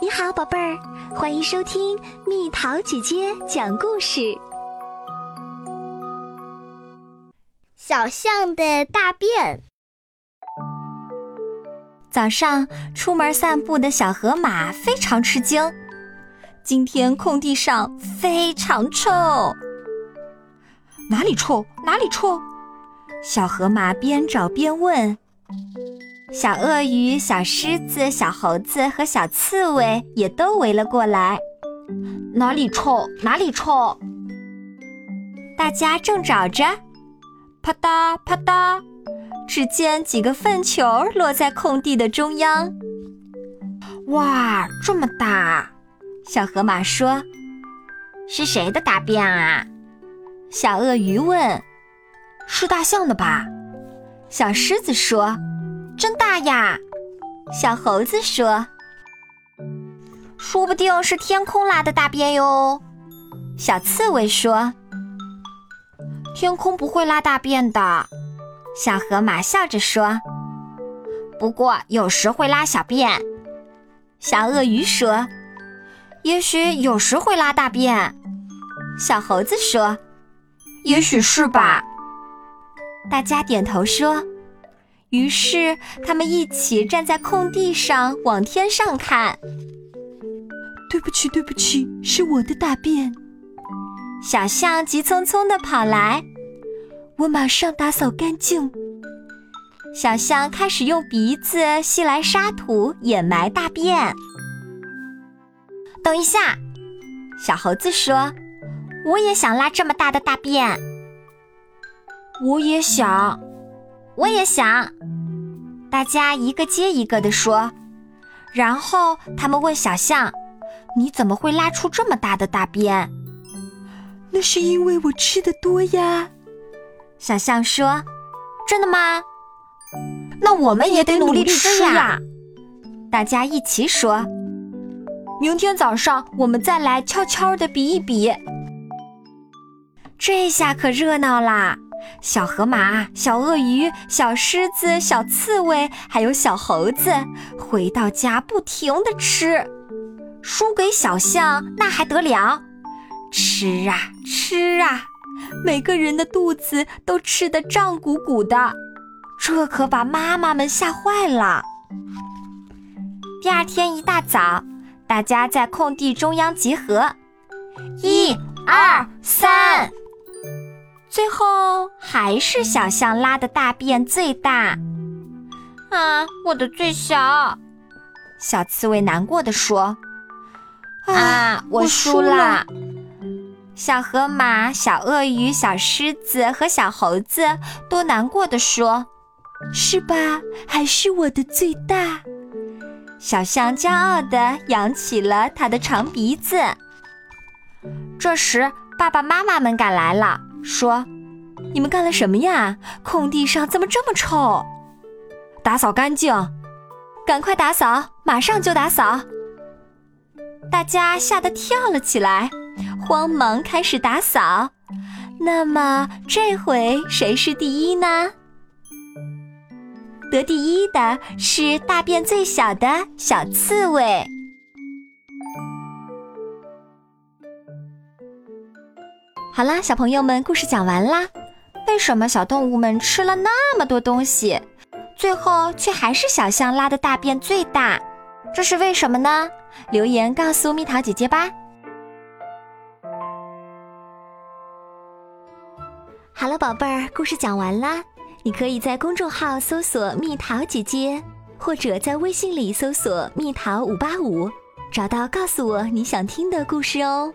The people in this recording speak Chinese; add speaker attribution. Speaker 1: 你好，宝贝儿，欢迎收听蜜桃姐姐讲故事。
Speaker 2: 小象的大便。
Speaker 3: 早上出门散步的小河马非常吃惊，今天空地上非常臭。
Speaker 4: 哪里臭？哪里臭？
Speaker 3: 小河马边找边问。小鳄鱼、小狮子、小猴子和小刺猬也都围了过来。
Speaker 4: 哪里臭？哪里臭？
Speaker 3: 大家正找着，啪嗒啪嗒，只见几个粪球落在空地的中央。
Speaker 4: 哇，这么大！
Speaker 3: 小河马说：“
Speaker 5: 是谁的大便啊？”
Speaker 3: 小鳄鱼问：“
Speaker 4: 是大象的吧？”
Speaker 3: 小狮子说。
Speaker 5: 真大呀！
Speaker 3: 小猴子说：“
Speaker 5: 说不定是天空拉的大便哟。”
Speaker 3: 小刺猬说：“
Speaker 4: 天空不会拉大便的。”
Speaker 3: 小河马笑着说：“
Speaker 5: 不过有时会拉小便。”
Speaker 3: 小鳄鱼说：“
Speaker 4: 也许有时会拉大便。”
Speaker 3: 小猴子说：“
Speaker 4: 也许是吧。”
Speaker 3: 大家点头说。于是，他们一起站在空地上，往天上看。
Speaker 4: 对不起，对不起，是我的大便。
Speaker 3: 小象急匆匆地跑来，
Speaker 4: 我马上打扫干净。
Speaker 3: 小象开始用鼻子吸来沙土，掩埋大便。
Speaker 5: 等一下，
Speaker 3: 小猴子说：“
Speaker 5: 我也想拉这么大的大便。”
Speaker 4: 我也想。
Speaker 5: 我也想，
Speaker 3: 大家一个接一个的说，
Speaker 4: 然后他们问小象：“你怎么会拉出这么大的大便？”“
Speaker 6: 那是因为我吃的多呀。”
Speaker 3: 小象说。
Speaker 5: “真的吗？
Speaker 4: 那我们也得努力吃啊！”
Speaker 3: 大家一起说。
Speaker 4: “明天早上我们再来悄悄的比一比。”
Speaker 3: 这下可热闹啦！小河马、小鳄鱼、小狮子、小刺猬，还有小猴子，回到家不停的吃，
Speaker 4: 输给小象那还得了？
Speaker 3: 吃啊吃啊，每个人的肚子都吃得胀鼓鼓的，这可把妈妈们吓坏了。第二天一大早，大家在空地中央集合，
Speaker 5: 一、二、三。
Speaker 3: 最后还是小象拉的大便最大，
Speaker 5: 啊，我的最小，
Speaker 3: 小刺猬难过的说：“
Speaker 5: 啊，我输了。”
Speaker 3: 小河马、小鳄鱼、小狮子和小猴子都难过的说：“
Speaker 6: 是吧？还是我的最大。”
Speaker 3: 小象骄傲的扬起了它的长鼻子。
Speaker 4: 这时，爸爸妈妈们赶来了。说：“
Speaker 3: 你们干了什么呀？空地上怎么这么臭？
Speaker 4: 打扫干净，
Speaker 3: 赶快打扫，马上就打扫！”大家吓得跳了起来，慌忙开始打扫。那么这回谁是第一呢？得第一的是大便最小的小刺猬。好啦，小朋友们，故事讲完啦。为什么小动物们吃了那么多东西，最后却还是小象拉的大便最大？这是为什么呢？留言告诉蜜桃姐姐吧。
Speaker 1: 好了，宝贝儿，故事讲完啦。你可以在公众号搜索“蜜桃姐姐”，或者在微信里搜索“蜜桃五八五”，找到告诉我你想听的故事哦。